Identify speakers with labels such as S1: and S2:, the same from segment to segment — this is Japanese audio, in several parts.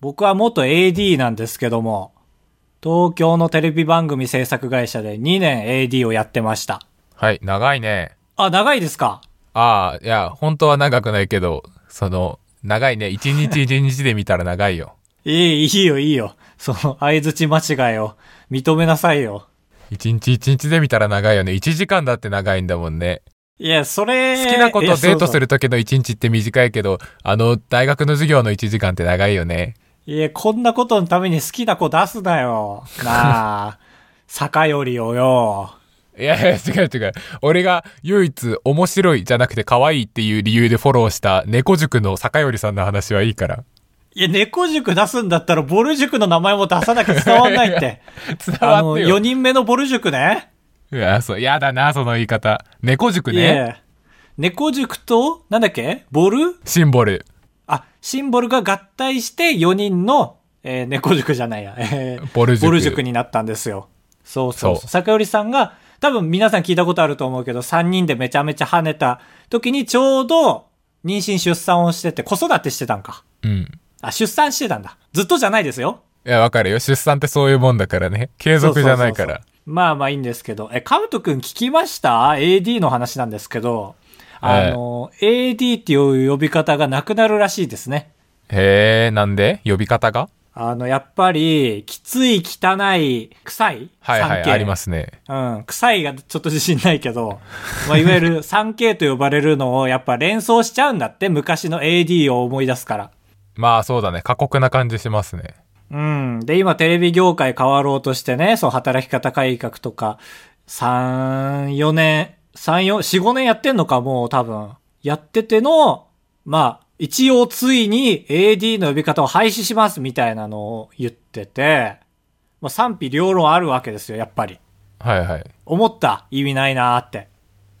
S1: 僕は元 AD なんですけども、東京のテレビ番組制作会社で2年 AD をやってました。
S2: はい、長いね。
S1: あ、長いですか
S2: ああ、いや、本当は長くないけど、その、長いね。一 日一日で見たら長いよ。
S1: いい、いいよ、いいよ。その、相槌間違いを認めなさいよ。
S2: 一日一日で見たら長いよね。一時間だって長いんだもんね。
S1: いや、それ、
S2: 好きなこと
S1: いや
S2: をデートす。
S1: そうそう
S2: る時の一日って短いけど、あの、大学の授業の一時間って長いよね。
S1: いや、こんなことのために好きな子出すなよ。なあ、 坂よりをよ。
S2: いやいや、違う違う。俺が唯一面白いじゃなくて可愛いっていう理由でフォローした猫塾の坂寄さんの話はいいから。
S1: いや、猫塾出すんだったら、ボル塾の名前も出さなきゃ伝わんないって。
S2: 伝
S1: あ
S2: わっ
S1: の、
S2: て
S1: 4
S2: よ。
S1: 人目のボル塾ね。
S2: いや、そう、やだな、その言い方。猫塾
S1: い
S2: ね。
S1: え。猫塾と、なんだっけボル
S2: シンボル。
S1: あ、シンボルが合体して4人の、えー猫塾じゃないや、えー
S2: ボル塾
S1: ボル塾になったんですよ。そうそうそう
S2: そう
S1: 坂寄さんが、多分皆さん聞いたことあると思うけど、3人でめちゃめちゃ跳ねた時にちょうど、妊娠出産をしてて、子育てしてたんか。
S2: うん。
S1: あ、出産してたんだ。ずっとじゃないですよ。
S2: いや、わかるよ。出産ってそういうもんだからね。継続じゃないか
S1: そ
S2: ら。
S1: うそうそうそうまあまあいいんですけど、え、カウト君聞きました ?AD の話なんですけど、あの、AD っていう呼び方がなくなるらしいですね。
S2: へえ、なんで呼び方が
S1: あの、やっぱり、きつい、汚い、臭い。
S2: はいはい、ありますすね。
S1: うん。臭いがちょっと自信ないけど、 まあ、いわゆる 3K と呼ばれるのをやっぱ連想しちゃうんだって、昔の AD を思い出すから。
S2: まあそうだね。過酷な感じしますね。
S1: うん。で、今テレビ業界変わろうとしてね、そう働き方改革とか、3、4年、3、4、4、5年やってんのか、もう多分。やってての、まあ、一応ついに AD の呼び方を廃止しますみたいなのを言ってて、まあ賛否両論あるわけですよ、やっぱり。
S2: はいはい。
S1: 思った意味ないなーって。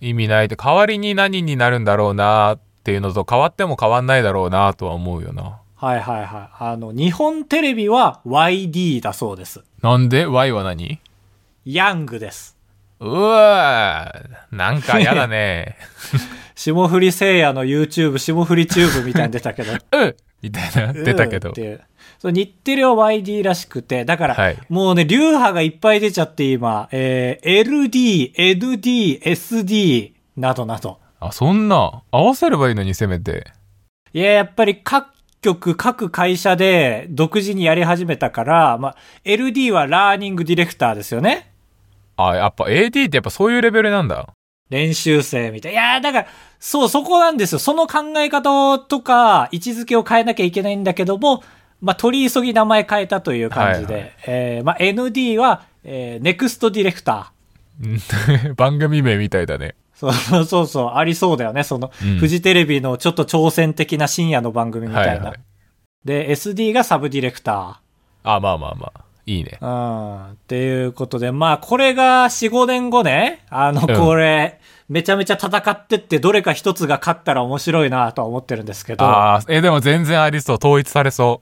S2: 意味ないで代わりに何になるんだろうなっていうのと変わっても変わんないだろうなとは思うよな
S1: はいはいはい。あの、日本テレビは YD だそうです。
S2: なんで Y は何
S1: ヤングです。
S2: うわーなんかや だね
S1: 霜降り聖夜の YouTube、霜降りチューブみたいに出たけど。
S2: うんみたいな出たけ
S1: うー
S2: ど
S1: っていう。そう日テレは YD らしくて、だから、
S2: はい
S1: もうね、流派がいっぱい出ちゃって今、えー、LD、LD、SD、などなど。
S2: あそんな合わせればいいのにせめて
S1: いや、やっぱり各局、各会社で独自にやり始めたから、まあ、LD はラーニングディレクターですよね。
S2: あやっぱ AD ってやっぱそういうレベルなんだ
S1: 練習生みたい。いやーだから、そう、そこなんですよ。その考え方とか、位置づけを変えなきゃいけないんだけども、まあ、取り急ぎ名前変えたという感じで、
S2: はいは
S1: えーまあ、ND は、えー、ネクストディレクター。
S2: うん 番組名みたいだね
S1: そうそうそうそう、ありそうだよね。その、
S2: うん
S1: フジテレビのちょっと挑戦的な深夜の番組みたいな。
S2: はいはい
S1: で、SD がサブディレクタ
S2: あまあまあまあいいね
S1: ー。うん。っていうことで、まあ、これが4、5年後ね、あの、
S2: うん
S1: これ、めちゃめちゃ戦ってって、どれか一つが勝ったら面白いなとは思ってるんですけど。
S2: あーえでも全然ありそう統一されそ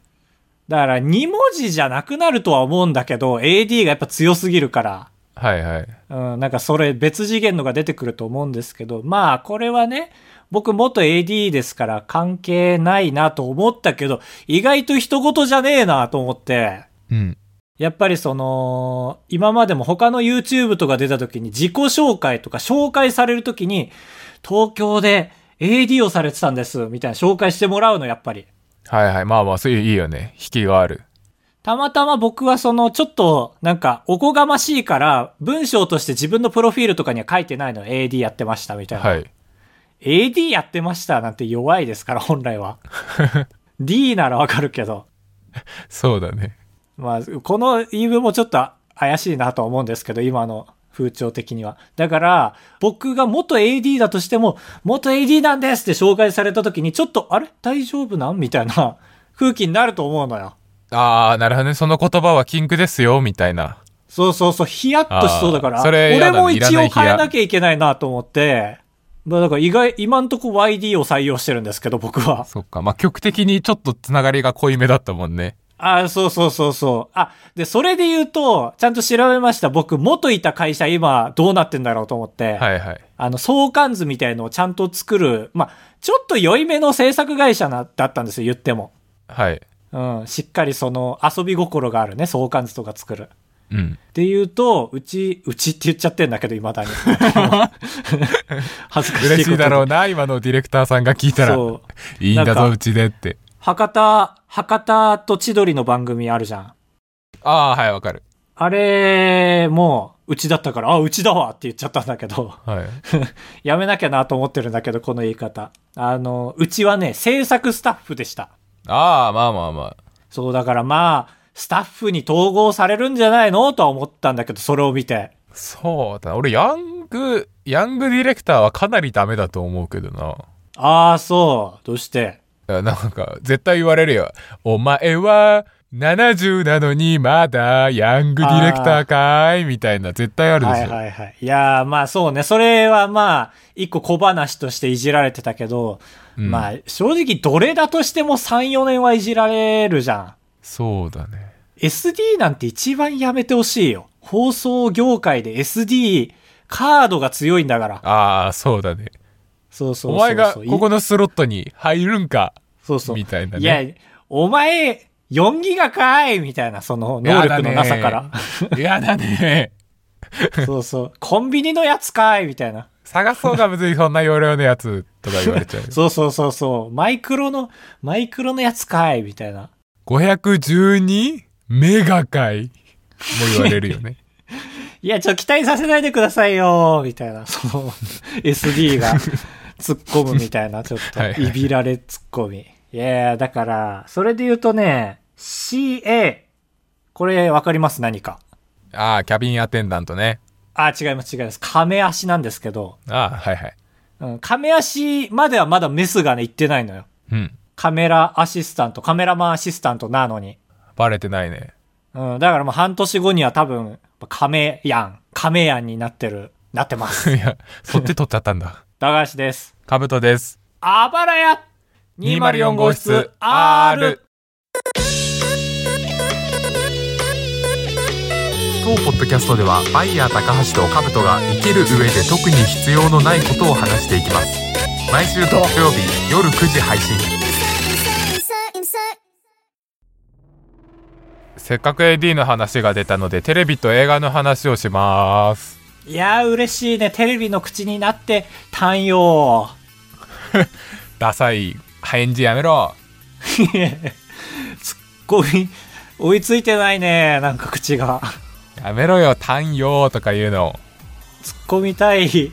S1: だから2文字じゃなくなるとは思うんだけど、AD がやっぱ強すぎるから、
S2: うはいはい
S1: うん、なんかそれ別次元のが出てくると思うんですけど、まあこれはね、僕元 AD ですから関係ないなと思ったけど、意外と人事じゃねえなと思って、
S2: うん
S1: やっぱりその、今までも他の YouTube とか出た時に自己紹介とか紹介される時に、東京で AD をされてたんです、みたいな紹介してもらうの、やっぱり。
S2: はいはいまあまあそういういいよね引きがある
S1: たまたま僕はその、ちょっと、なんか、おこがましいから、文章として自分のプロフィールとかには書いてないの。AD やってました、みたいな。
S2: はい
S1: AD やってましたなんて弱いですから、本来 は。D ならわかるけど。
S2: そうだね
S1: まあ、この言い分もちょっと怪しいなとは思うんですけど、今の風潮的には。だから、僕が元 AD だとしても、元 AD なんですって紹介された時に、ちょっと、あれ大丈夫なんみたいな空気になると思うのよ。
S2: ああ、なるほどね。その言葉はキングですよ、みたいな。
S1: そうそうそう、ヒヤッとしそうだから、
S2: あーそれ
S1: 俺
S2: やだね
S1: も一応
S2: いらないヒヤ
S1: 変えなきゃいけないなと思って、まあだから意外、今んとこ YD を採用してるんですけど、僕は。
S2: そっか。まあ、曲的にちょっとつながりが濃いめだったもんね。
S1: あーそうそうそうそう。あ、で、それで言うと、ちゃんと調べました。僕、元いた会社今どうなってんだろうと思って、
S2: はいはい。
S1: あの、相関図みたいのをちゃんと作る、まあ、ちょっと良い目の制作会社なだったんですよ、言っても。
S2: はい。
S1: うん、しっかりその遊び心があるね、相関図とか作る。
S2: うん。
S1: っていうと、うち、うちって言っちゃってんだけど、未だに。 恥ずかしいこと。
S2: 嬉しいだろうな、今のディレクターさんが聞いたら。
S1: そう。
S2: いいんだ
S1: なん
S2: ぞ、
S1: か
S2: うちでって。
S1: 博多、博多と千鳥の番組あるじゃん。
S2: ああ、はい、わかる。
S1: あれ、もう、うちだったから、あ、うちだわって言っちゃったんだけど、
S2: はい。
S1: やめなきゃなと思ってるんだけど、この言い方。あの、うちはね、制作スタッフでした。
S2: ああ、まあまあま
S1: そう、だからまあ、スタッフに統合されるんじゃないのとは思ったんだけど、それを見て。
S2: あ。そうだな。俺、ヤング、ヤングディレクターはかなりダメだと思うけどな。
S1: ああ、そう。どうして
S2: いやなんか、絶対言われるよ。お前は、70なのにまだヤングディレクターかーいみたいな、絶対あるでしょ。
S1: はいはいはい。いやー、まあそうね。それはまあ、一個小話としていじられてたけど、
S2: うん
S1: まあ、正直どれだとしても3、4年はいじられるじゃん。
S2: そうだね。
S1: SD なんて一番やめてほしいよ。放送業界で SD カードが強いんだから。
S2: ああ、そうだね。
S1: そうそうそうそう。
S2: お前がここ
S1: い
S2: のスロットに入るんか。
S1: そうそう。
S2: みたいなね
S1: いや、お前、4ギガかいみたいな、その能力のなさから。
S2: 嫌だね。
S1: そうそう。コンビニのやつかいみたいな。。
S2: 探そうが別にそんな容量のやつとか言われちゃ う
S1: そうそうそうそう。マイクロの、マイクロのやつかいみたいな。
S2: 512? メガかいも言われるよね。
S1: いや、ちょ、期待させないでくださいよみたいな、その、SD が突っ込むみたいな、ちょっ
S2: はい
S1: と、
S2: はい
S1: いびられ突っ込み。いやーだから、それで言うとね、CA。これ、わかります何か。
S2: ああ、キャビンアテンダントね。
S1: あ、違います、違います。亀足なんですけど、
S2: ああ、はいはい。
S1: うん、亀足まではまだメスがね、行ってないのよ。
S2: うん。
S1: カメラアシスタント、カメラマンアシスタントなのに。
S2: バレてないね。
S1: うん、だからもう半年後には多分、亀やん、亀やんになってる、なってます。
S2: いや、そっち取っちゃったんだ。
S1: 高橋です。
S2: カブトです。
S1: あばらや204号室 R!
S2: 当ポッドキャストではバイヤー高橋とカブトが生きる上で特に必要のないことを話していきます毎週土曜日夜9時配信
S3: insert, insert.
S2: せっかく AD の話が出たのでテレビと映画の話をします
S1: いやー嬉しいね。テレビの口になってたんよ。
S2: ダサい返事やめろ
S1: ツッコミ、追いついてないね。なんか口が。
S2: やめろよ「単よ」とか言うの
S1: ツッコみたい、ツッ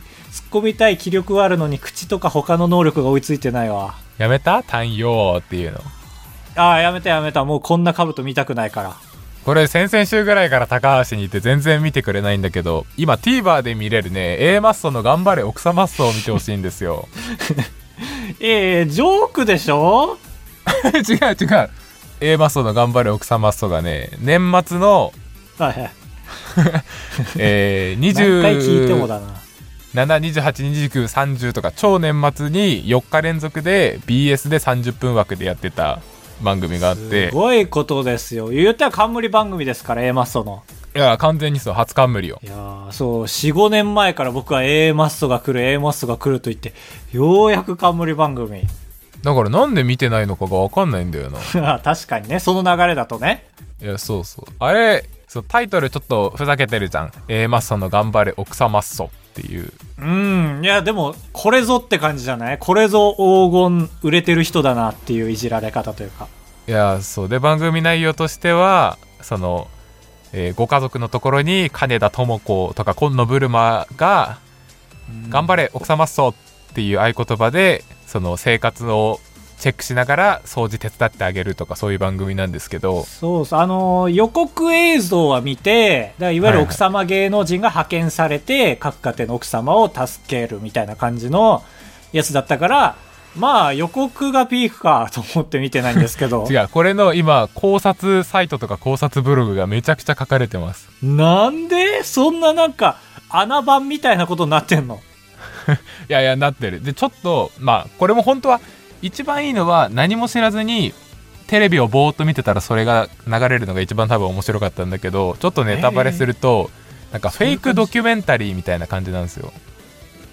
S1: コみたい気力はあるのに口とか他の能力が追いついてないわ。
S2: やめた「単よ」っていうの
S1: あーやめたやめた。もうこんな兜見たくないから。
S2: これ先々週ぐらいから高橋に言って全然見てくれないんだけど今 TVer で見れるね A マッソの「頑張れ奥様マッソ」を見てほしいんですよ
S1: えー、ジョークでしょ
S2: 違う違う A マッソの「頑張れ奥様マッソ」がね年末の、
S1: はいはい。
S2: え ー、
S1: 何回聞いても
S2: 27282930
S1: だな。
S2: とか超年末に4日連続で BS で30分枠でやってた番組があっ
S1: す
S2: て
S1: ごいことですよ。言ったら冠番組ですから、A マッソの。
S2: いや完全にそう初冠よ
S1: いやーそう、4、5年前から僕は A マッソが来る、A マッソが来ると言って、ようやく冠番組。
S2: だからなんで見てないのかが分かんないんだよな
S1: 確かにね、その流れだとね。
S2: いやそうそうあれそうタイトルちょっとふざけてるじゃん「A マッソの頑張れ奥様マッソ」っていう
S1: うん、いや、でも、これぞって感じじゃないこれぞ黄金、売れてる人だなっていういじられ方というか。
S2: いやそうで番組内容としてはその、えーご家族のところに金田智子とか今野ブルマが「頑張れ奥様マッソ」っていう合言葉でその生活をチェックしながら掃除手伝ってあげるとかそういう番組なんですけど
S1: そうそう、あのー予告映像は見て、だからいわゆる奥様芸能人が派遣されて、各家庭の奥様を助けるみたいな感じのやつだったから、まあ予告がピークかと思って見てないんですけど。
S2: 違うこれの今考察サイトとか考察ブログがめちゃくちゃ書かれてます
S1: なんでそんななんか穴番みたいなことになってんの
S2: いやいやなってるでちょっとまあこれも本当は一番いいのは何も知らずにテレビをぼーっと見てたらそれが流れるのが一番多分面白かったんだけどちょっとネタバレすると、なんかフ
S1: そう
S2: ェ
S1: い
S2: イ
S1: う感
S2: ク
S1: じ
S2: ドキュメンタリーみたいな感じなんですよ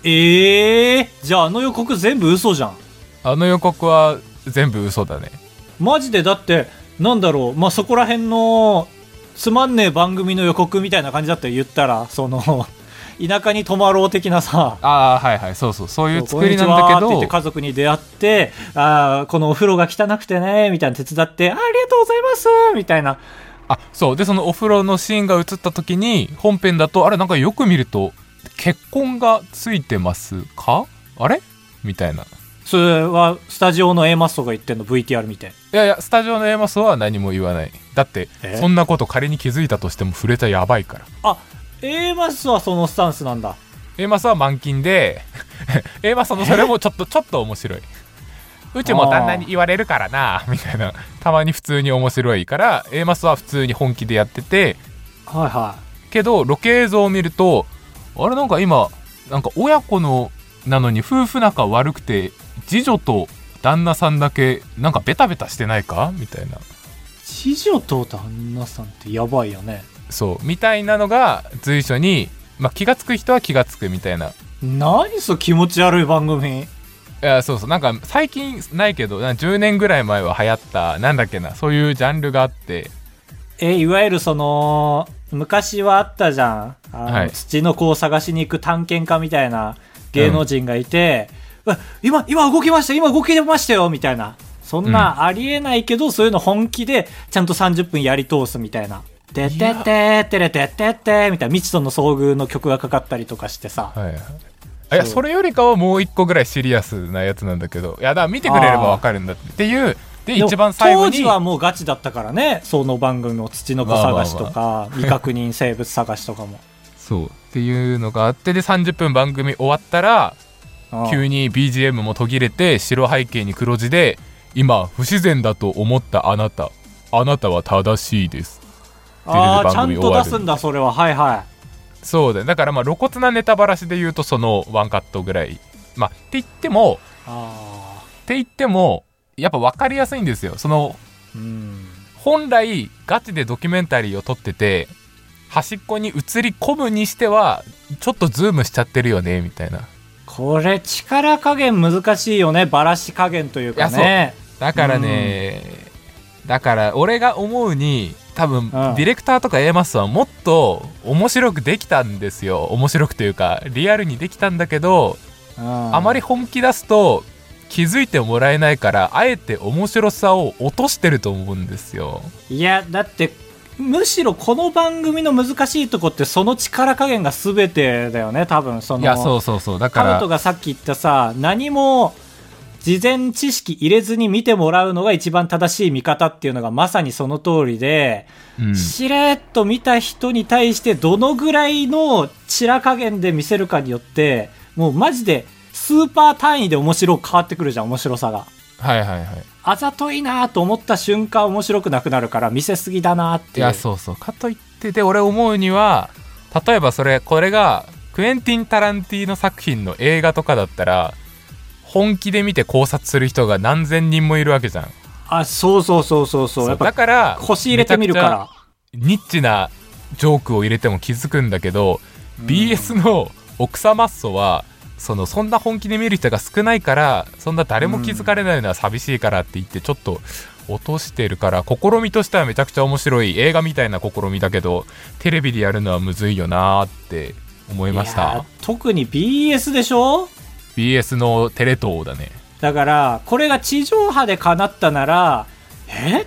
S1: ええじゃああの予告全部嘘じゃん。
S2: あの予告は全部嘘だね
S1: マジでだってなんだろう、まあ、そこら辺の、つまんねえ番組の予告みたいな感じだったよ、言ったら、その、田舎に泊まろう的なさ、
S2: ああはいはいそうそうそういう
S1: こ
S2: 作りなんだけ
S1: んにちはって言
S2: ど
S1: って家族に出会って、ああ、このお風呂が汚くてね、みたいな手伝って、あありがとうございますみたいな。
S2: あそうでそのお風呂のシーンが映った時に本編だとあれなんかよく見ると血痕がついてますかあれみたいな
S1: それは、スタジオの A マッソが言ってんの、VTR 見て。
S2: いやいやスタジオのエマスは何も言わないだって
S1: え
S2: そんなこと仮に気づいたとしても触れたらやばいから
S1: あ、A マッソはそのスタンスなんだ。
S2: A マスは満勤で A マスのそれもちょっとちょっと面白いうちも旦那に言われるからなみたいなたまに普通に面白いから A マスは普通に本気でやってて
S1: はいは。
S2: けどロケ映像を見るとあれなんか今なんか親子のなのに夫婦仲悪くて次女と旦那さんだけなんかベタベタしてないかみたいない
S1: 次女と旦那さんってやばいよね。
S2: そうみたいなのが随所に、まあ、気が付く人は気が付くみたいな
S1: 何その気持ち悪い番組。
S2: いやそうそうなんか最近ないけどなんか10年ぐらい前は流行ったなんだっけなそういうジャンルがあって
S1: えいわゆるその昔はあったじゃんあの、
S2: はい
S1: 土の子を探しに行く探検家みたいな芸能人がいて、うわ今今動きました今動きましたよみたいなそんなありえないけど、そういうの本気でちゃんと30分やり通すみたいな「てってっててれてってって」みたいな未知との遭遇の曲がかかったりとかしてさ、
S2: はいはいあいや
S1: そう
S2: それよりかはもう一個ぐらいシリアスなやつなんだけどいやだから見てくれればわかるんだってっていうで
S1: でも
S2: 一番最後に
S1: 当時はもうガチだったからねその番組も土の子探しとか、未確認生物探しとかも
S2: そうっていうのがあってで30分番組終わったら
S1: うん
S2: 急に BGM も途切れて白背景に黒字で「今不自然だと思ったあなたあなたは正しいです
S1: ああ
S2: テレビ
S1: ちゃ
S2: 番
S1: ん
S2: 組
S1: と
S2: 終わ
S1: 出
S2: る
S1: すんだそれははいは」
S2: そうだよだからまあ露骨なネタバラシで言うとそのワンカットぐらいまあって言っても
S1: いああ
S2: って言ってもやっぱ分かりやすいんですよその
S1: うん
S2: 本来ガチでドキュメンタリーを撮ってて端っこに映り込むにしてはちょっとズームしちゃってるよねみたいな
S1: これ力加減難しいよねバラし加減というかね
S2: だからね、だから俺が思うに多分ディレクターとか A マスはもっと面白くできたんですよ面白くというかリアルにできたんだけど、
S1: あ
S2: あまり本気出すと気づいてもらえないからあえて面白さを落としてると思うんですよ
S1: いやだってむしろこの番組の難しいとこってその力加減が全てだよね多分その
S2: いやそうそうそうだか
S1: カ
S2: ら
S1: ルトがさっき言ったさ何も事前知識入れずに見てもらうのが一番正しい見方っていうのがまさにその通りで、
S2: うん
S1: しれっと見た人に対してどのぐらいの散ら加減で見せるかによってもうマジでスーパー単位で面白く変わってくるじゃん面白さが
S2: はいはいはい
S1: あざといなと思った瞬間面白くなくなるから見せすぎだなって
S2: い
S1: いう
S2: やそうそうかといってで俺思うには例えばそれこれがクエンティン・タランティーノ作品の映画とかだったら本気で見て考察する人が何千人もいるわけじゃん
S1: あそうそうそうそうそうやっ
S2: だ
S1: ぱ
S2: から
S1: 腰入れてみるか
S2: めちゃ
S1: ら
S2: くちゃニッチなジョークを入れても気づくんだけど、BS の奥様っそはそのそんな本気で見る人が少ないからそんな誰も気づかれないのは寂しいからって言ってちょっと落としてるから試みとしてはめちゃくちゃ面白い映画みたいな試みだけどテレビでやるのはむずいよなーって思いまし
S1: いや
S2: た
S1: ー特に BS でしょ
S2: BS のテレ東だね
S1: だからこれが地上波で叶ったならえ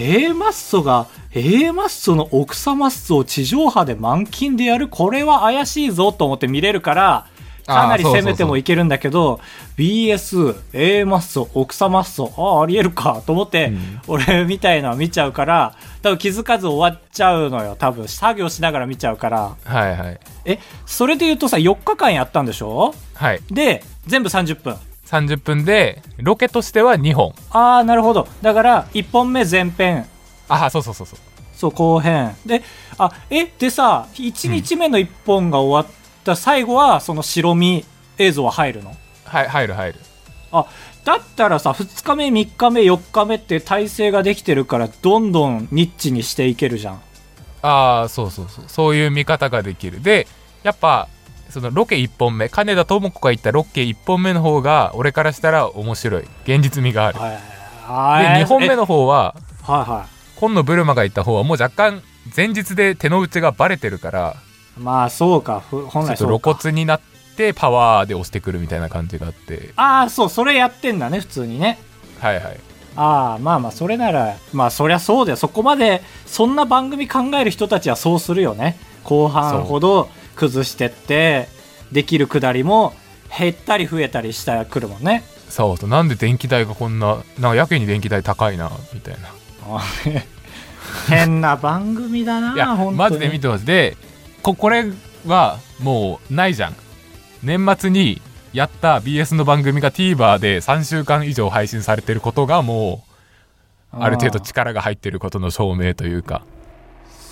S1: A マッソが A マッソの奥様マッソを地上波で満勤でやるこれは怪しいぞと思って見れるからかなり
S2: あーそうそうそう
S1: 攻めてもいけるんだけど BS、A マッソ、奥様マッソああありえるかと思って、
S2: うん
S1: 俺みたいなの見ちゃうから多分気づかず終わっちゃうのよ多分作業しながら見ちゃうから
S2: はいはい
S1: えそれで言うとさ4日間やったんでしょ
S2: はい
S1: で全部30分
S2: 30分でロケとしては2本
S1: ああなるほどだから1本目前編
S2: ああそうそうそうそう
S1: そう後編であえでさ1日目の1本が終わった最後はその白身映像は入るの
S2: はい入る入る
S1: あだったらさ2日目3日目4日目って体制ができてるからどんどんニッチにしていけるじゃん
S2: ああそうそうそうそういう見方ができるでやっぱそのロケ1本目金田智子が言ったロケ1本目の方が俺からしたら面白い現実味がある
S1: はい
S2: で
S1: は
S2: 2本目
S1: の
S2: の方は
S1: は
S2: 今野ブルマが言った方はもう若干前日で手の内がバレてるから
S1: い。まあ、そうか。ふ本来
S2: ちょっと
S1: そ
S2: 露
S1: うか。
S2: 骨になってパワーで押してくるみたいな感じがあって
S1: ああ、そう、それやってんだね、普通にね。
S2: はいはい
S1: ああ、まあまあ、それなら、まあ、そりゃそうだよ。そこまで、そんな番組考える人たちはそうするよね。後半ほど崩してって、できるくだりも、減ったり増えたりしたくるもんね。
S2: そうそうなんで電気代がこんななんかやけに電気代高いなみたいな
S1: あ変な番組だな、
S2: いや
S1: 本当に。
S2: マジで見てますでここれはもうないじゃん年末にやった BS の番組が TVer で3週間以上配信されてることがもうある程度
S1: うん
S2: 力が入ってることの証明というか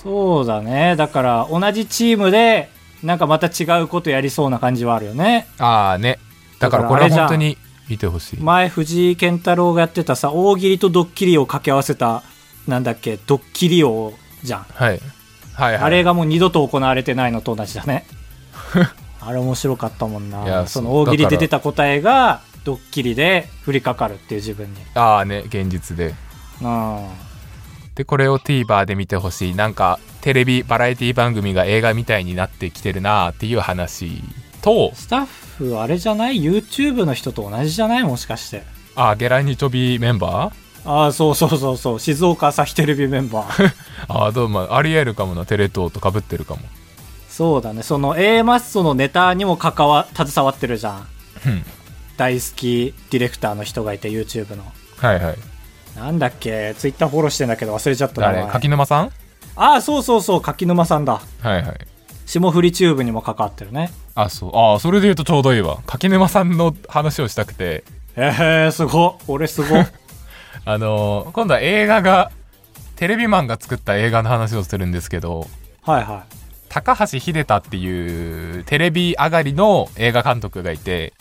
S1: そうだね。だから、同じチームで、なんかまた違うことやりそうな感じはあるよね。
S2: ああねだからこれは本当に見てほしい
S1: 前、藤井健太郎がやってたさ、大喜利とドッキリを掛け合わせた、なんだっけ、ドッキリ王じゃん。
S2: はい、はいはい
S1: あれがもう二度と行われてないのと同じだ ね。あれ面白かったもん
S2: いや
S1: な。
S2: そ
S1: そうの大喜利で出た答えが、ドッキリで降りかかるっていう自分に。
S2: ああね現実で
S1: うん。
S2: でこれを TVer で見てほしいなんかテレビバラエティ番組が映画みたいになってきてるなーっていう話と
S1: スタッフ、あれじゃない ?YouTube の人と同じじゃないもしかして。
S2: あーゲラニチョビメンバー
S1: ああ、そうそうそうそう。静岡朝日テレビメンバ ー。
S2: ああどうもありえるかもなテレ東とかぶってるかも
S1: そうだね。その A マッソのネタにも関わ、携わってるじゃん。
S2: うん
S1: 大好きディレクターの人がいて、YouTube の。
S2: はいはい
S1: なんだっけ ?Twitter フォローしてんだけど忘れちゃったな。
S2: あれ
S1: 名前
S2: 柿沼さん
S1: ああ、そうそうそう。柿沼さんだ。
S2: はいはい
S1: 霜降りチューブにも関わってるね。
S2: あそうああそれで言うとちょうどいいわ柿沼さんの話をしたくて
S1: えー、すご。俺す ご。
S2: あのー今度は映画がテレビマンが作った映画の話をするんですけど
S1: はいは
S2: 高橋秀太っていうテレビ上がりの映画監督がいて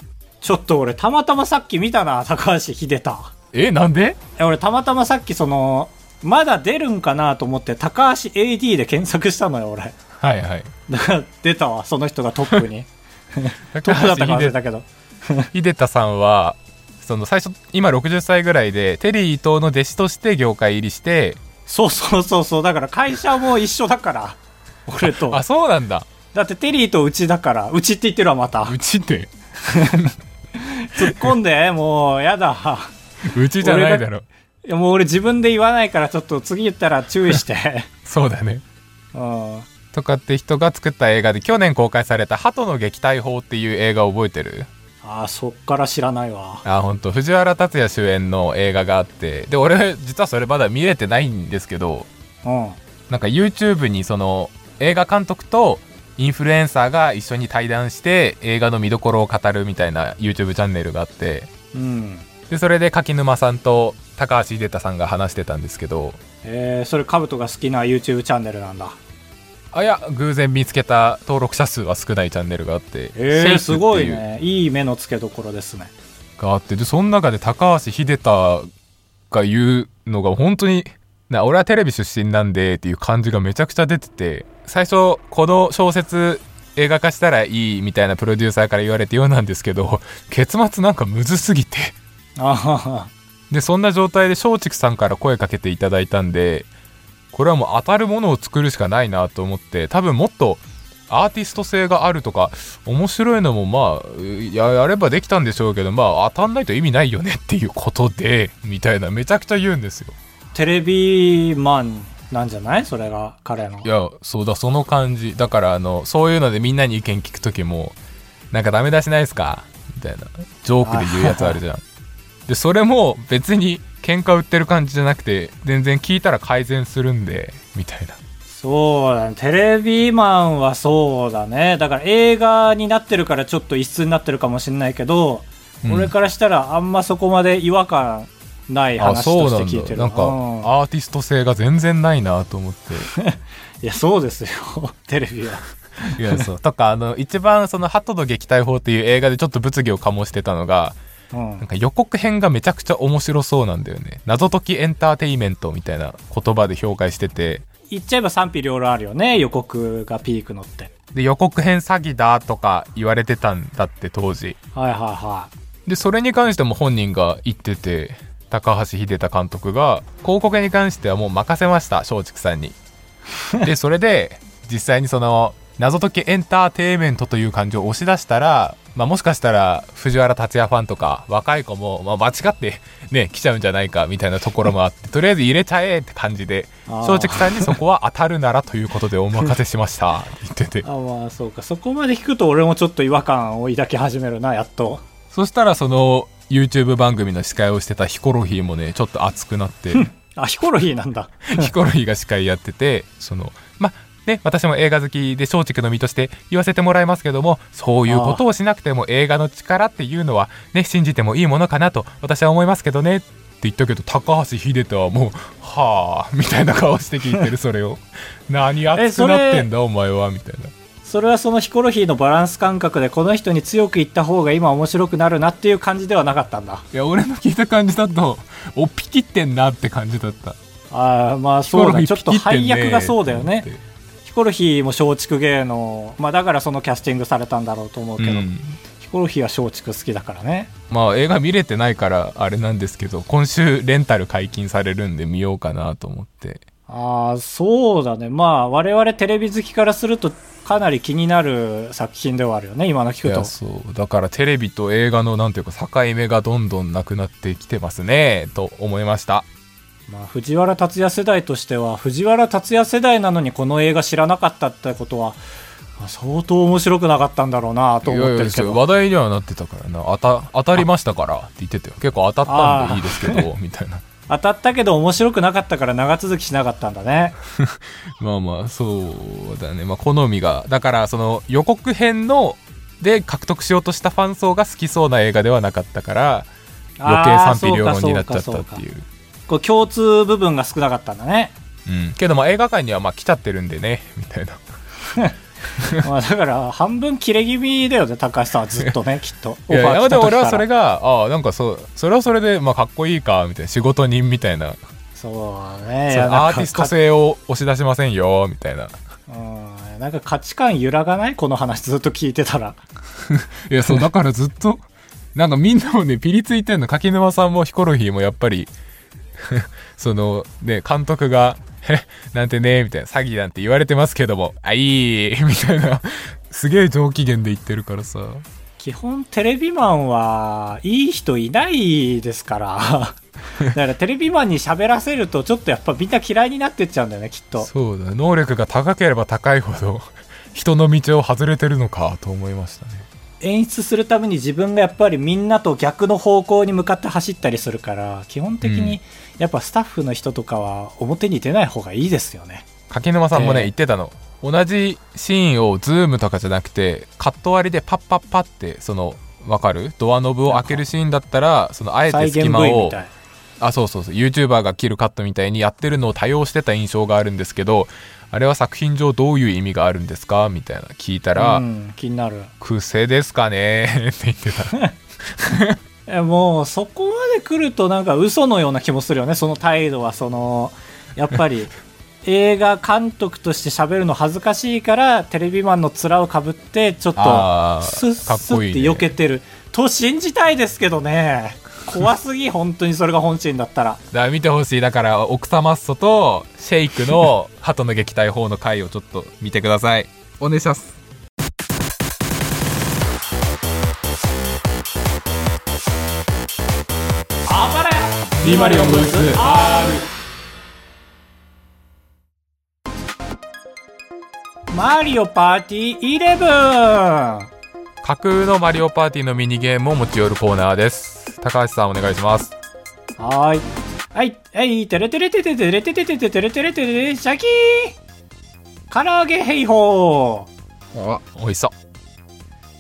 S1: い。ちょっと俺、たまたまさっき見たな、高橋秀太。
S2: えなんで
S1: え俺、たまたまさっきその、まだ出るんかなと思って、高橋 AD で検索したのよ、俺。
S2: はいはい
S1: だから出たわ、その人がトップ に。ト
S2: 高
S1: ップだったか忘
S2: 橋秀
S1: れ
S2: 太
S1: たけど。
S2: 秀太さんはその最初今60歳ぐらいでテリー伊藤の弟子として業界入りして
S1: そうそうそうそう、だから会社も一緒だから。俺と。
S2: あそうなんだ
S1: だってテリーとうちだから、うちって言ってるわ、また。
S2: うちって
S1: 突っ込んで、もう、やだ。
S2: うちじゃないだろ
S1: いやもう俺自分で言わないから、ちょっと次言ったら注意して。
S2: そうだね
S1: うん。
S2: とかって人が作った映画で去年公開された「鳩の撃退法」っていう映画覚えてる
S1: ああ、そっから知らないわ。
S2: あ本当藤原竜也主演の映画があってで俺実はそれまだ見れてないんですけど
S1: うん。
S2: なんか YouTube にその映画監督とインフルエンサーが一緒に対談して映画の見どころを語るみたいな YouTube チャンネルがあって
S1: うん。
S2: でそれで柿沼さんと高橋秀太さんが話してたんですけど
S1: えー、それ、カブトが好きな YouTube チャンネルなんだ。
S2: あいや偶然見つけた登録者数は少ないチャンネルがあって
S1: え
S2: シ
S1: ー、
S2: ェイプって
S1: すごいうね。いい目の付けどころですね。
S2: があってでその中で高橋秀太が言うのが本当にな俺はテレビ出身なんでっていう感じがめちゃくちゃ出てて最初この小説映画化したらいいみたいなプロデューサーから言われてようなんですけど結末なんかむずすぎて
S1: あ
S2: でそんな状態で松竹さんから声かけていただいたんでこれはもう当たるものを作るしかないなと思って多分もっとアーティスト性があるとか面白いのもまあややればできたんでしょうけどまあ当たんないと意味ないよねっていうことでみたいなめちゃくちゃ言うんですよ
S1: あ。テレビマンなんじゃないそれが、彼の
S2: い。やそうだその感じだからあのそういうのでみんなに意見聞く時もなんかダメ出しないですかみたいなジョークで言うやつあるじゃんでそれも別に喧嘩売ってる感じじゃなくて全然聞いたら改善するんでみたいな
S1: そうだね。テレビマンはそうだね。だから映画になってるからちょっと異質になってるかもしれないけど、
S2: うん
S1: 俺からしたらあんまそこまで違和感ない
S2: あ
S1: 話
S2: そ
S1: と
S2: う
S1: し
S2: な
S1: て
S2: ん
S1: 聞いて
S2: だ
S1: る
S2: なんか
S1: うん
S2: アーティスト性が全然ないなと思って
S1: いや、そうですよ。 テレビは。
S2: いやそうとかあの一番その「ハトの撃退法」っていう映画でちょっと物議を醸してたのが
S1: うん
S2: なん。か予告編がめちゃくちゃ面白そうなんだよね謎解きエンターテイメントみたいな言葉で評価してて
S1: 言っちゃえば賛否両論あるよね。予告がピークのって。
S2: で予告編詐欺だとか言われてたんだって当時
S1: はいはいは
S2: でそれに関しても本人が言ってて高橋秀太監督が広告に関してはもう任せました松竹さ んにでそれで実際にその謎解きエンターテインメントという感情を押し出したら、まあ、もしかしたら藤原竜也ファンとか若い子も、まあ、間違ってね来ちゃうんじゃないかみたいなところもあってとりあえず入れちゃえって感じで
S1: あー
S2: 松竹さんにそこは当たるならということでお任せしましたって言ってて
S1: あまあそうかそこまで聞くと俺もちょっと違和感を抱き始めるなやっと
S2: そしたらその YouTube 番組の司会をしてたヒコロヒーもねちょっと熱くなって。
S1: あヒコロヒーなんだ
S2: ヒコロヒーが司会やっててそのまね、私も映画好きで松竹の身として言わせてもらいますけどもそういうことをしなくても映画の力っていうのは、ね、信じてもいいものかなと私は思いますけどねって言ったけど高橋秀太はもう「はあ」みたいな顔して聞いてるそれを「何熱くなってんだお前は」みたいな
S1: それはそのヒコロヒーのバランス感覚でこの人に強く言った方が今面白くなるなっていう感じではなかったんだ
S2: いや俺の聞いた感じだとおっぴきってんなって感じだった
S1: ああまあ
S2: ヒコ
S1: そう
S2: ロ
S1: だ
S2: ヒー
S1: ちょっと
S2: ピキってん
S1: 配
S2: ね
S1: 役がそうだよ
S2: と
S1: ね
S2: 思って
S1: ヒコロヒーも松竹芸能まあだからそのキャスティングされたんだろうと思うけど、
S2: うん
S1: ヒコロヒーは松竹好きだからね
S2: まあ映画見れてないからあれなんですけど今週レンタル解禁されるんで見ようかなと思って
S1: ああそうだねまあ我々テレビ好きからするとかなり気になる作品ではあるよね今の聞く
S2: い
S1: と
S2: やそうだからテレビと映画のなんていうか境目がどんどんなくなってきてますねと思いました
S1: まあ、藤原竜也世代としては藤原竜也世代なのにこの映画知らなかったってことは、まあ相当面白くなかったんだろうなと思ってるけ
S2: いやいや
S1: ど
S2: 話題にはなってたからな当た当たりましたからって言ってたよ結構当たったんでいいですけどみたいな
S1: 当たったけど面白くなかったから長続きしなかったんだね
S2: まあまあそうだねまあ好みがだからその予告編ので獲得しようとしたファン層が好きそうな映画ではなかったから余計
S1: あー
S2: 賛否両論になっちゃっ
S1: そ
S2: た
S1: うかそうか
S2: っていう
S1: こう共通部分が少なかったんだ ね、
S2: うん、けどまあ映画館にはまあ来ちゃってるんでね みたいな
S1: まあ、だから半分切れ気味だよね高橋さんはずっとねきっとオフ
S2: い
S1: ァー来た時
S2: やいやでも俺はそれ
S1: が
S2: がああなんかそうそれはそれでまあかっこいいかみたいな仕事人みたいな
S1: そうねい
S2: そ
S1: や
S2: う
S1: なんか
S2: アーティスト性を押し出しませんよみたいな
S1: うんなんか価値観揺らがないこの話ずっと聞いてたら
S2: いやそうだからずっとなんかみんなもねピリついてんの柿沼さんもヒコロヒーもやっぱり そのね監督が「へなんてね」みたいな「詐欺なんて言われてますけどもあい い」みたいなすげえ上機嫌で言ってるからさ
S1: 基本テレビマンはいい人いないですから だからテレビマンに喋らせるとちょっとやっぱみんな嫌いになってっちゃうんだよねきっと
S2: そうだ能力が高ければ高いほど人の道を外れてるのかと思いましたね
S1: 演出するために自分がやっぱりみんなと逆の方向に向かって走ったりするから基本的
S2: うん
S1: にやっぱスタッフの人とかは表に出ない方がいいですよね、
S2: 柿沼さんもね、
S1: ええ
S2: 言ってたの同じシーンをズームとかじゃなくてカット割りでパッパッパってそのわかるドアノブを開けるシーンだったらそのあえ
S1: 再
S2: て
S1: 現
S2: 隙
S1: V
S2: 間
S1: み
S2: を
S1: たい
S2: あそうそうそう YouTuber が切るカットみたいにやってるのを多用してた印象があるんですけどあれは作品上どういう意味があるんですかみたいな聞いたら、
S1: うん、気になる
S2: 癖ですかねって言ってた
S1: えもうそこまで来るとなんか嘘のような気もするよねその態度はそのやっぱり映画監督として喋るの恥ずかしいからテレビマンの面をかぶってちょっと
S2: あー
S1: スッ
S2: かっ
S1: ス
S2: こい
S1: ッ
S2: い
S1: って
S2: ね
S1: 避けてると信じたいですけどね怖すぎ本当にそれが本心だったら
S2: だから見てほしいだから奥様っそとシェイクの「鳩の撃退法」の回をちょっと見てくださいお願いします
S1: あばれ
S2: リマリオンブース
S1: マリオパーティー11
S2: 架空のマリオパーティーのミニゲームを持ち寄るコーナーです高橋さんお願いします
S1: はーいはいはいてれてれてててれてててててれてれてれシャキー唐揚げヘイホー
S2: あ美味しそ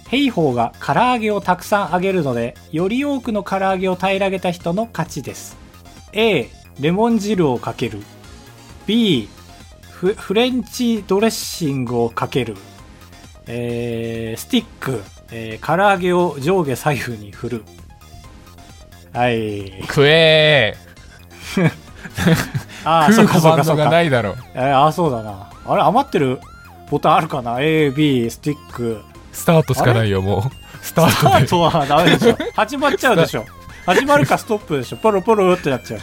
S1: ヘイホーが唐揚げをたくさんあげるのでより多くの唐揚げを平らげた人の勝ちです A レモン汁をかける B フフレンチドレッシングをかける、えースティック、えー唐揚げを上下左右に振るはいう
S2: 食え
S1: あ
S2: ー
S1: あそ
S2: 食
S1: うか
S2: うコ
S1: そ
S2: マ
S1: うか
S2: ン
S1: そ
S2: ド
S1: う
S2: が
S1: か
S2: ないだろう
S1: えーあそうだなあれ余ってるボタンあるかな AB スティック
S2: スタートしかないよもうスタ
S1: あ
S2: ートで
S1: とはダメでしょ始まっちゃうでしょ始まるかストップでしょ。ポロポロってなっちゃう。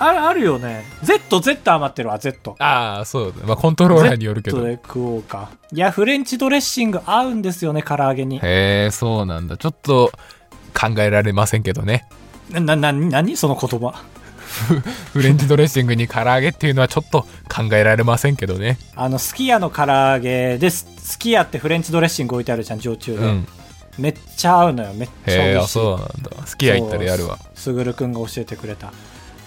S1: ある、あるよね。Z、Z 余ってるわ、Z。
S2: ああ、そうだね。まあ、コントローラーによるけ
S1: Z
S2: ど。へ
S1: で食おうか。いや、フレンチドレッシング合うんですよね、唐揚げに。
S2: え、そうなんだ。ちょっと考えられませんけどね。
S1: な、な、な、何その言葉。
S2: フレンチドレッシングに唐揚げっていうのはちょっと考えられませんけどね。
S1: あの、すき家の唐揚げです。すき家ってフレンチドレッシング置いてあるじゃん、常駐
S2: う
S1: で。
S2: ん。
S1: めっちゃ合うのよ、めっちゃ
S2: へ
S1: 美
S2: え、
S1: 味しい。
S2: あそうなんだ。好きや行ったらやるわ。
S1: そう。すぐるくんが教えてくれた。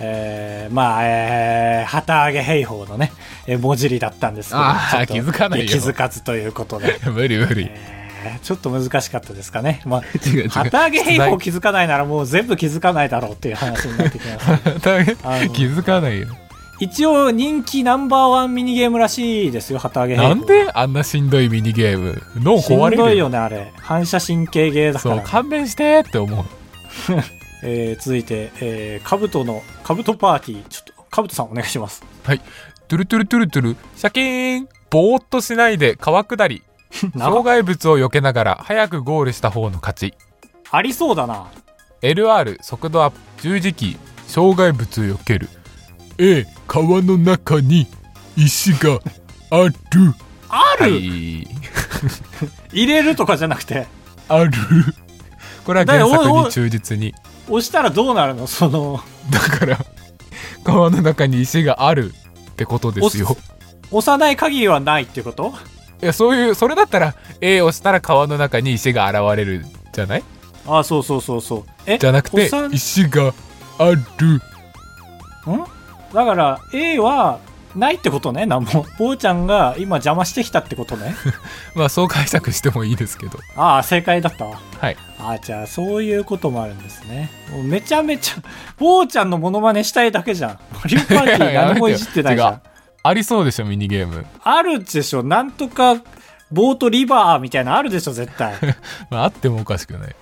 S1: えー、まあ、えー、旗揚げ兵法のね、えー、文字りだったんですけど。
S2: あー
S1: ちょっと
S2: 気づかないよ
S1: 気づかずということで。
S2: 無理無 理。
S1: えーちょっと難しかったですかね。 まあ、
S2: 違う違う
S1: 旗揚げ兵
S2: 出題。
S1: 法気づかないならもう全部気づかないだろうっていう話になってきます
S2: 旗揚げ
S1: あの
S2: 気づかないよ。
S1: 一応人気ナンバーワンミニゲームらしいですよ、旗揚げ兵法。
S2: なんであんなしんどいミニゲーム脳
S1: し
S2: 壊
S1: ん
S2: れる
S1: どいよね、あれ。反射神経ゲーだか
S2: そ
S1: ら
S2: う
S1: ね、
S2: 勘弁してって思う
S1: えー続いて、えー、カブトの、カブトパーティー。ちょっと、カブトさんお願いします。
S2: はいトゥルトゥルトゥルトゥルシャキーンぼーっとしないで川 下り障
S1: 長
S2: 害物を避けながら早くゴールした方の勝ち
S1: ありそうだな。
S2: LR 速度アップ十字キー障害物を避ける A 川の中に石がある
S1: あ
S2: は
S1: る、
S2: い
S1: 入れるとかじゃなくて、
S2: あるこれは原作に忠実に
S1: 押したらどうなるのその、
S2: だから川の中に石があるってことですよ
S1: 押さない限りはないっていうこと
S2: いやそういうそれだったら A を押したら川の中に石が現れるじゃない
S1: ああ、そうそうそうそう。え
S2: じゃなくて
S1: 押さん
S2: 石がある
S1: んだから A はないってことね何もぼーちゃんが今邪魔してきたってこと ね
S2: まあそう解釈してもいいですけど
S1: ああ正解だったわ
S2: はい
S1: ああじゃあそういうこともあるんですねもうめちゃめちゃぼーちゃんのモノマネしたいだけじゃんマリオパーティー何もいじってないじゃ
S2: 違うんありそうでしょミニゲーム、
S1: あるでしょなんとかボートリバーみたいなのあるでしょ絶 対
S2: まあ、あってもおかしくない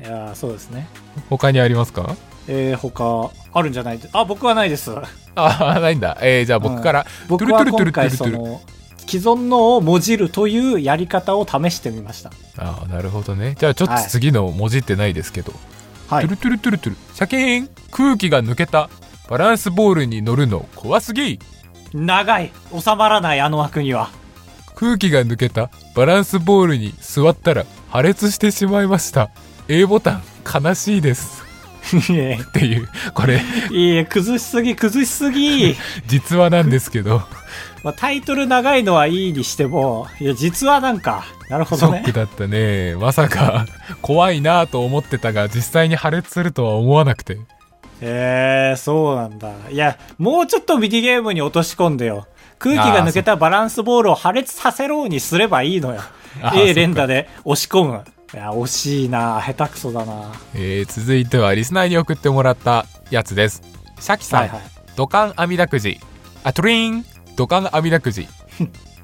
S1: いやーそうですね
S2: 他にありますか
S1: えー、他あるんじゃないであ僕はないです
S2: ああないんだえー、じゃあ僕から、
S1: 僕は今回その既存のをもじるというやり方を試してみました
S2: ああなるほどねじゃあちょっと
S1: はい
S2: 次の文字ってないですけど、
S1: は
S2: トゥ
S1: い
S2: ルトゥルトゥルトゥルシャキーン空気が抜けたバランスボールに乗るの怖すぎ
S1: 長い収まらないあの枠には
S2: 空気が抜けたバランスボールに座ったら破裂してしまいました A ボタン悲しいです
S1: いえ
S2: っていうこれ
S1: いえ崩しすぎ崩しす ぎ、
S2: 実話なんですけど
S1: まあ、タイトル長いのはいいにしてもいや実はなんかなるほ
S2: ショ
S1: ど
S2: ック
S1: ね
S2: だったねまさか怖いなぁと思ってたが実際に破裂するとは思わなくて
S1: えー、そうなんだいやもうちょっとミニゲームに落とし込んでよ空気が抜けたバランスボールを破裂させろうにすればいいのよ A
S2: あーそっか
S1: 連打で押し込むいや惜しいな下手くそだな
S2: えー続いてはリスナーに送ってもらったやつですシャキさん、
S1: はいはい
S2: 土管網だくじあトゥリーン土管網だく じ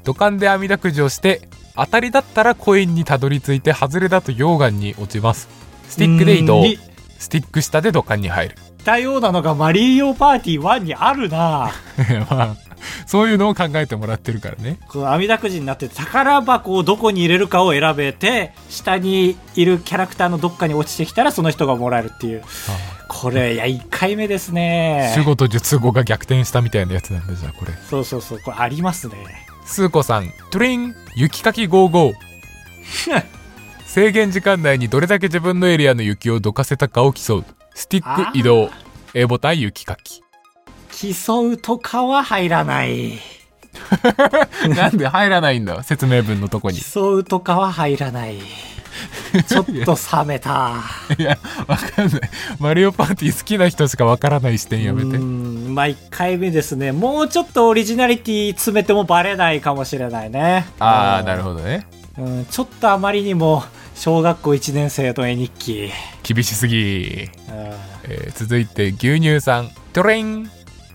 S2: 土管で網だくじをして当たりだったらコインにたどり着いて外れだと溶岩に落ちますスティックで移動
S1: うんり
S2: スティック下で土管に入る
S1: 似たようなのがマリオパーティー1にあるな
S2: まあそういうのを考えてもらってるからね
S1: この網だくじになって宝箱をどこに入れるかを選べて下にいるキャラクターのどっかに落ちてきたらその人がもらえるっていうこれいや1回目ですね
S2: 守護と術語が逆転したみたいなやつなんだじゃあこれ
S1: そうそうそうこれありますね
S2: スー子さんトゥリン雪かき55 制限時間内にどれだけ自分のエリアの雪をどかせたかを競うスティック移動 A ボタン雪かき
S1: 競うとかは入らない
S2: なんで入らないんだ説明文のとこに
S1: 競うとかは入らない ちょっと冷めた
S2: いやわかんないマリオパーティー好きな人しかわからない視点やめ
S1: う
S2: て
S1: んまあ1回目ですねもうちょっとオリジナリティ詰めてもバレないかもしれないね
S2: ああ
S1: うん
S2: なるほどね
S1: うん、ちょっとあまりにも小学校1年生の絵日記、
S2: 厳しすぎ、
S1: う、
S2: えー続いて牛乳さんトゥリン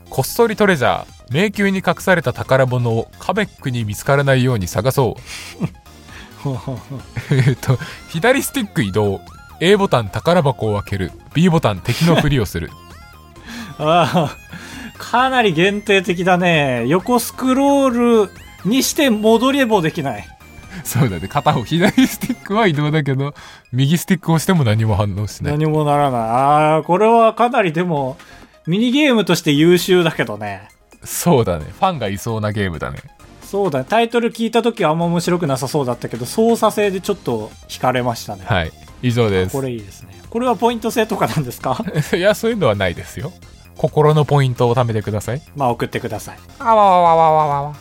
S2: こっそりトレジャー迷宮に隠された宝物をカメックに見つからないように探そうんえっと左スティック移動 A ボタン宝箱を開ける B ボタン敵のふりをする
S1: あーかなり限定的だね横スクロールにして戻れもできない
S2: そうだね片方左スティックは移動だけど右スティックを押しても何も反応しない
S1: 何もならない。ああ、これはかなりでも、ミニゲームとして優秀だけどね。
S2: そうだねファンがいそうなゲームだね
S1: そうだね。タイトル聞いた時はあんま面白くなさそうだったけど、操作性でちょっと惹かれましたね。
S2: はい以上です
S1: これいいですね。これはポイント制とかなんですか
S2: いやそういうのはないですよ心のポイントを貯めてください
S1: まあ送ってください。
S2: あわわわわわわわ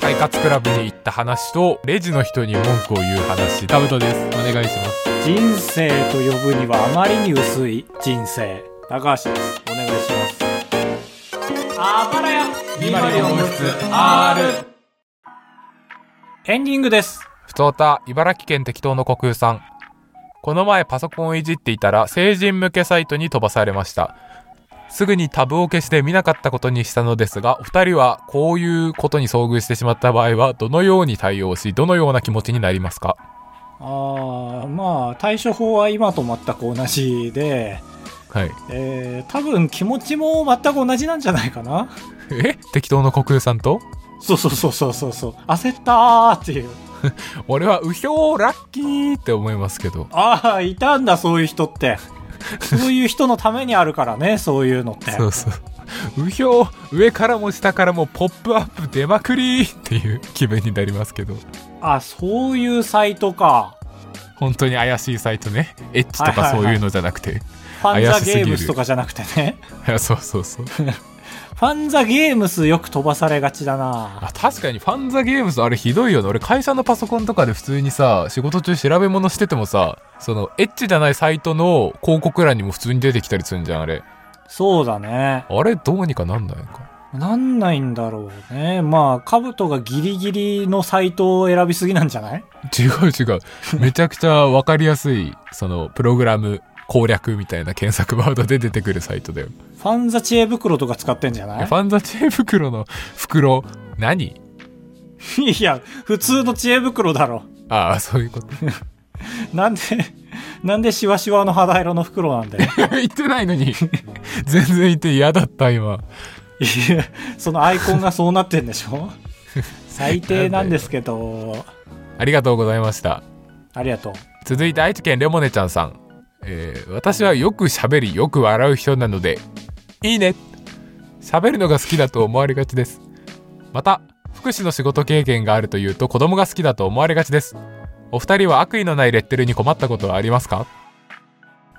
S2: 快活クラブに行った話とレジの人に文句を言う話タブトですお願いします
S1: 人生と呼ぶにはあまりに薄い人生。高橋です。お願いします。あばらやエンディングです。
S2: ふとおた茨城県適当の国有さんこの前パソコンをいじっていたら成人向けサイトに飛ばされましたすぐにタブを消して見なかったことにしたのですがお二人はこういうことに遭遇してしまった場合はどのように対応しどのような気持ちになりますか
S1: ああ、まあ、対処法は今と全く同じで、
S2: はい
S1: えー、多分気持ちも全く同じなんじゃないかな
S2: え適当の国有さんと
S1: そうそうそうそうそうそう。焦ったーっていう。
S2: 俺はうひょーラッキーって思いますけど
S1: ああ、いたんだ、そういう人って。そういう人のためにあるからね、そういうのって。
S2: そうそううひょー上からも下からもポップアップ出まくりっていう気分になりますけど
S1: あ、そういうサイトか。
S2: 本当に怪しいサイトねエッチと
S1: は
S2: か
S1: いはい
S2: そう
S1: はい
S2: いうのじゃなくて、い
S1: ファンザ
S2: 怪しすぎ
S1: ゲ
S2: る
S1: ームスとかじゃなくてね。
S2: や そうそうそう
S1: ファンザゲームスよく飛ばされがちだな。
S2: あ確かにファンザゲームズあれひどいよね俺会社のパソコンとかで普通にさ仕事中調べ物しててもさそのエッチじゃないサイトの広告欄にも普通に出てきたりするんじゃんあれ
S1: そうだね。
S2: あれどうにかなんないか
S1: なんないんだろうね。まあ、カブトがギリギリのサイトを選びすぎなんじゃない
S2: 違う違う めちゃくちゃ分かりやすいそのプログラム攻略みたいな検索ワードで出てくるサイトだよ
S1: ファンザ知恵袋とか使ってんじゃない
S2: ファンザ知恵袋の袋何
S1: いや、普通の知恵袋だろ。
S2: ああそういうこと
S1: なんで、なんでシワシワの肌色の袋なんだよ。
S2: 言ってないのに全然言って嫌だった今
S1: いや、そのアイコンがそうなってんでし ょ最低なんですけど、
S2: ありがとうございました
S1: ありがとう。
S2: 続いて愛知県レモネちゃんさん、えー私はよく喋りよく笑う人なのでいいね喋るのが好きだと思われがちですまた福祉の仕事経験があるというと子供が好きだと思われがちですお二人は悪意のないレッテルに困ったことはありますか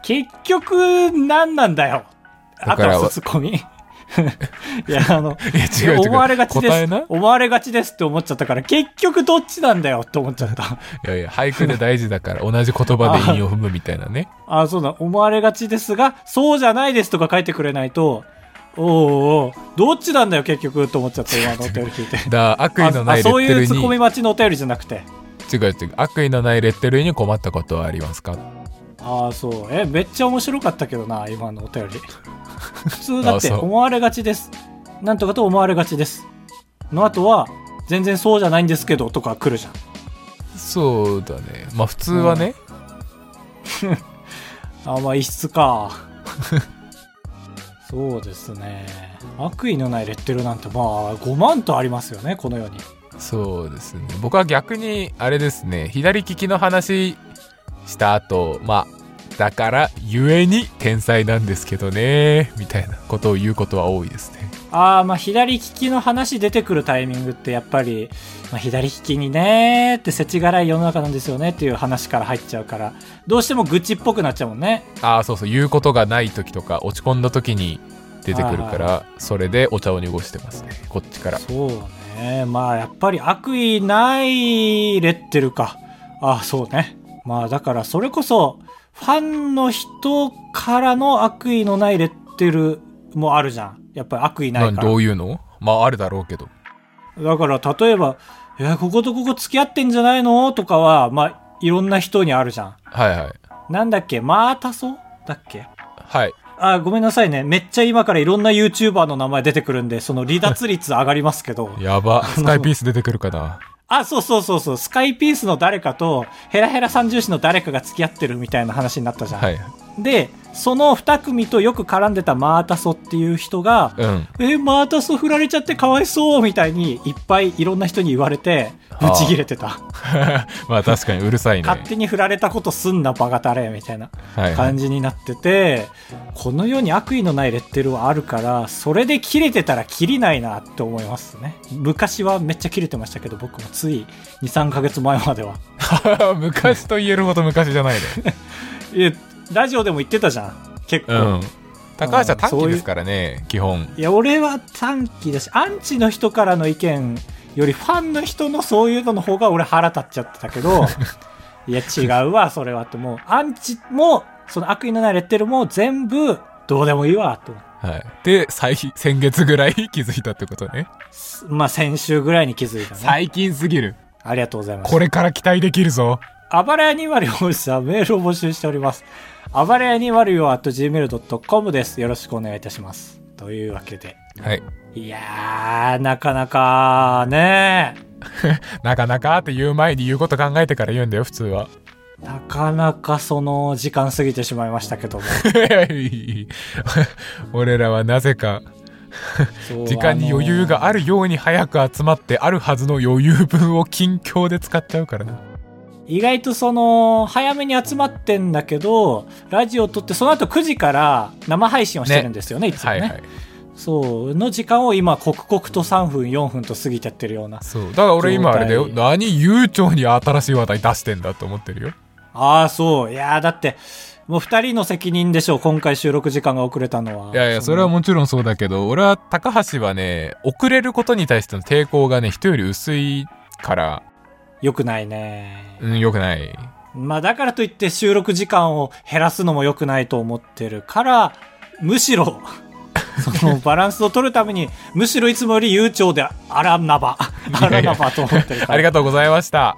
S1: 結局、何なんだよ。
S2: だ
S1: あと
S2: から
S1: はツッ コミ。いや、あの、
S2: いや 違う違う
S1: 思われがちで
S2: 答え
S1: す
S2: な。
S1: 思われがちですって思っちゃったから、結局どっちなんだよって思っちゃった。
S2: いやいや俳句で大事だから同じ言葉で韻を踏むみたいなね
S1: あ、そうだ、思われがちですが、そうじゃないですとか書いてくれないと、おうおうどっちなんだよ結局と思っちゃった今のお便り聞いて。
S2: だ悪意の
S1: あ
S2: な
S1: あ
S2: いレ
S1: そう
S2: ッ
S1: い
S2: テル
S1: うツッコミ
S2: に
S1: 待ちのお便りじゃなくて。
S2: 違う違う悪意のないレッテルに困ったことはありますか
S1: ああ、そう。え、めっちゃ面白かったけどな、今のお便り。 普通だって、
S2: あそう
S1: 思われがちです。なんとかと思われがちです。の後は、全然そうじゃないんですけどとか来るじゃん。
S2: そうだねまあ普通はね、
S1: あーまあ異質 かそうですね悪意のないレッテルなんてまあ5万とありますよねこのように
S2: そうですね僕は逆にあれですね左利きの話した後まあだからゆえに天才なんですけどねみたいなことを言うことは多いですね
S1: ああまあ左利きの話出てくるタイミングってやっぱり、まあ、左利きにねーって世知辛い世の中なんですよねっていう話から入っちゃうからどうしても愚痴っぽくなっちゃうもんね
S2: ああそうそう言うことがない時とか落ち込んだ時に出てくるからそれでお茶を濁してますねこっちから
S1: そうねまあやっぱり悪意ないレッテルかああそうねまあだからそれこそファンの人からの悪意のないレッテルもあるじゃんやっぱり悪意ない
S2: 何
S1: か
S2: ど
S1: ら
S2: ういうのまああるだろうけど
S1: だから例えば「えこことここ付き合ってんじゃないの?」とかはまあいろんな人にあるじゃん
S2: はいはい
S1: なんだっけまたそうだっけ
S2: はい
S1: あ、ごめんなさいね。めっちゃ今からいろんな YouTuber の名前出てくるんで、その離脱率上がりますけど。
S2: や ばスカイピース出てくるかな
S1: あ、そうそうそうそう、スカイピースの誰かと、ヘラヘラ三重士の誰かが付き合ってるみたいな話になったじゃん。
S2: はい
S1: で、その2組とよく絡んでたマータソっていう人が、
S2: うん
S1: えマータソ振られちゃってかわいそうみたいにいっぱいいろんな人に言われてブチギレてた、
S2: まあ確かにうるさいね
S1: 勝手に振られたことすんなバカタレみたいな
S2: はいはい
S1: 感じになってて、この世に悪意のないレッテルはあるからそれで切れてたら切りないなって思いますね昔はめっちゃ切れてましたけど僕もつい23ヶ月前までは
S2: 昔と言えるほど昔じゃないね
S1: えラジオでも言ってたじゃん結構、
S2: うん高橋は短
S1: そうい
S2: 期
S1: う
S2: ですからね基本
S1: いや俺は短期だしアンチの人からの意見よりファンの人のそういうのの方が俺腹立っちゃってたけ どいや違うわそれはってもうアンチもその悪意のないレッテルも全部どうでもいいわと
S2: はいで最先月ぐらい気づいたってことね
S1: まあ先週ぐらいに気づいたね
S2: 最近すぎる
S1: ありがとうございます
S2: これから期待できるぞ
S1: あばらや2割をさんメールを募集しておりますあばらや2割を at gmail.com ですよろしくお願いいたしますというわけで
S2: はい
S1: いやーなかなかね
S2: なかなかって言う前に言うこと考えてから言うんだよ普通は
S1: なかなかその時間過ぎてしまいましたけ ども。
S2: 俺らはなぜか
S1: そう
S2: 時間に余裕があるように早く集まってあるはずの余裕分を近況で使っちゃうからな
S1: あの意外とその、早めに集まってんだけど、ラジオを撮って、その後9時から生配信をしてるんですよね、いつも
S2: は
S1: ね、
S2: いはい
S1: そう、の時間を今、刻々と3分、4分と過ぎちゃってるような。
S2: そうだから俺今あれだよ
S1: 状
S2: 何悠長に新しい話題出してんだと思ってるよ
S1: ああ、そう。いやーだって、もう2人の責任でしょう、今回収録時間が遅れたのは。
S2: いやいやそれはもちろんそうだけど俺は高橋はね遅れることに対しての抵抗がね人より薄いから
S1: 良くないね。
S2: うんよくない
S1: まあだからといって収録時間を減らすのも良くないと思ってるから、むし ろ、そのバランスを取るために、むしろいつもより悠長であらなば、あらなばと思ってるから。
S2: ありがとうございました